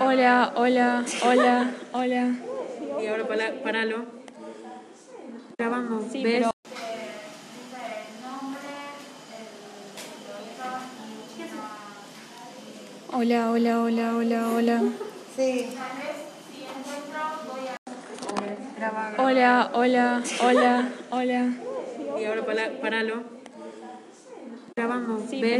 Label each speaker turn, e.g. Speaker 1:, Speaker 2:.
Speaker 1: Hola, hola, hola, hola.
Speaker 2: Y ahora para, paralo. Grabamos.
Speaker 1: Sí,
Speaker 2: ¿Ves?
Speaker 1: pero- Hola, hola, hola, hola, hola. Hola, hola, hola, hola.
Speaker 2: Y ahora para, paralo. Grabamos.
Speaker 1: Sí,
Speaker 2: ¿Ves?
Speaker 1: pero-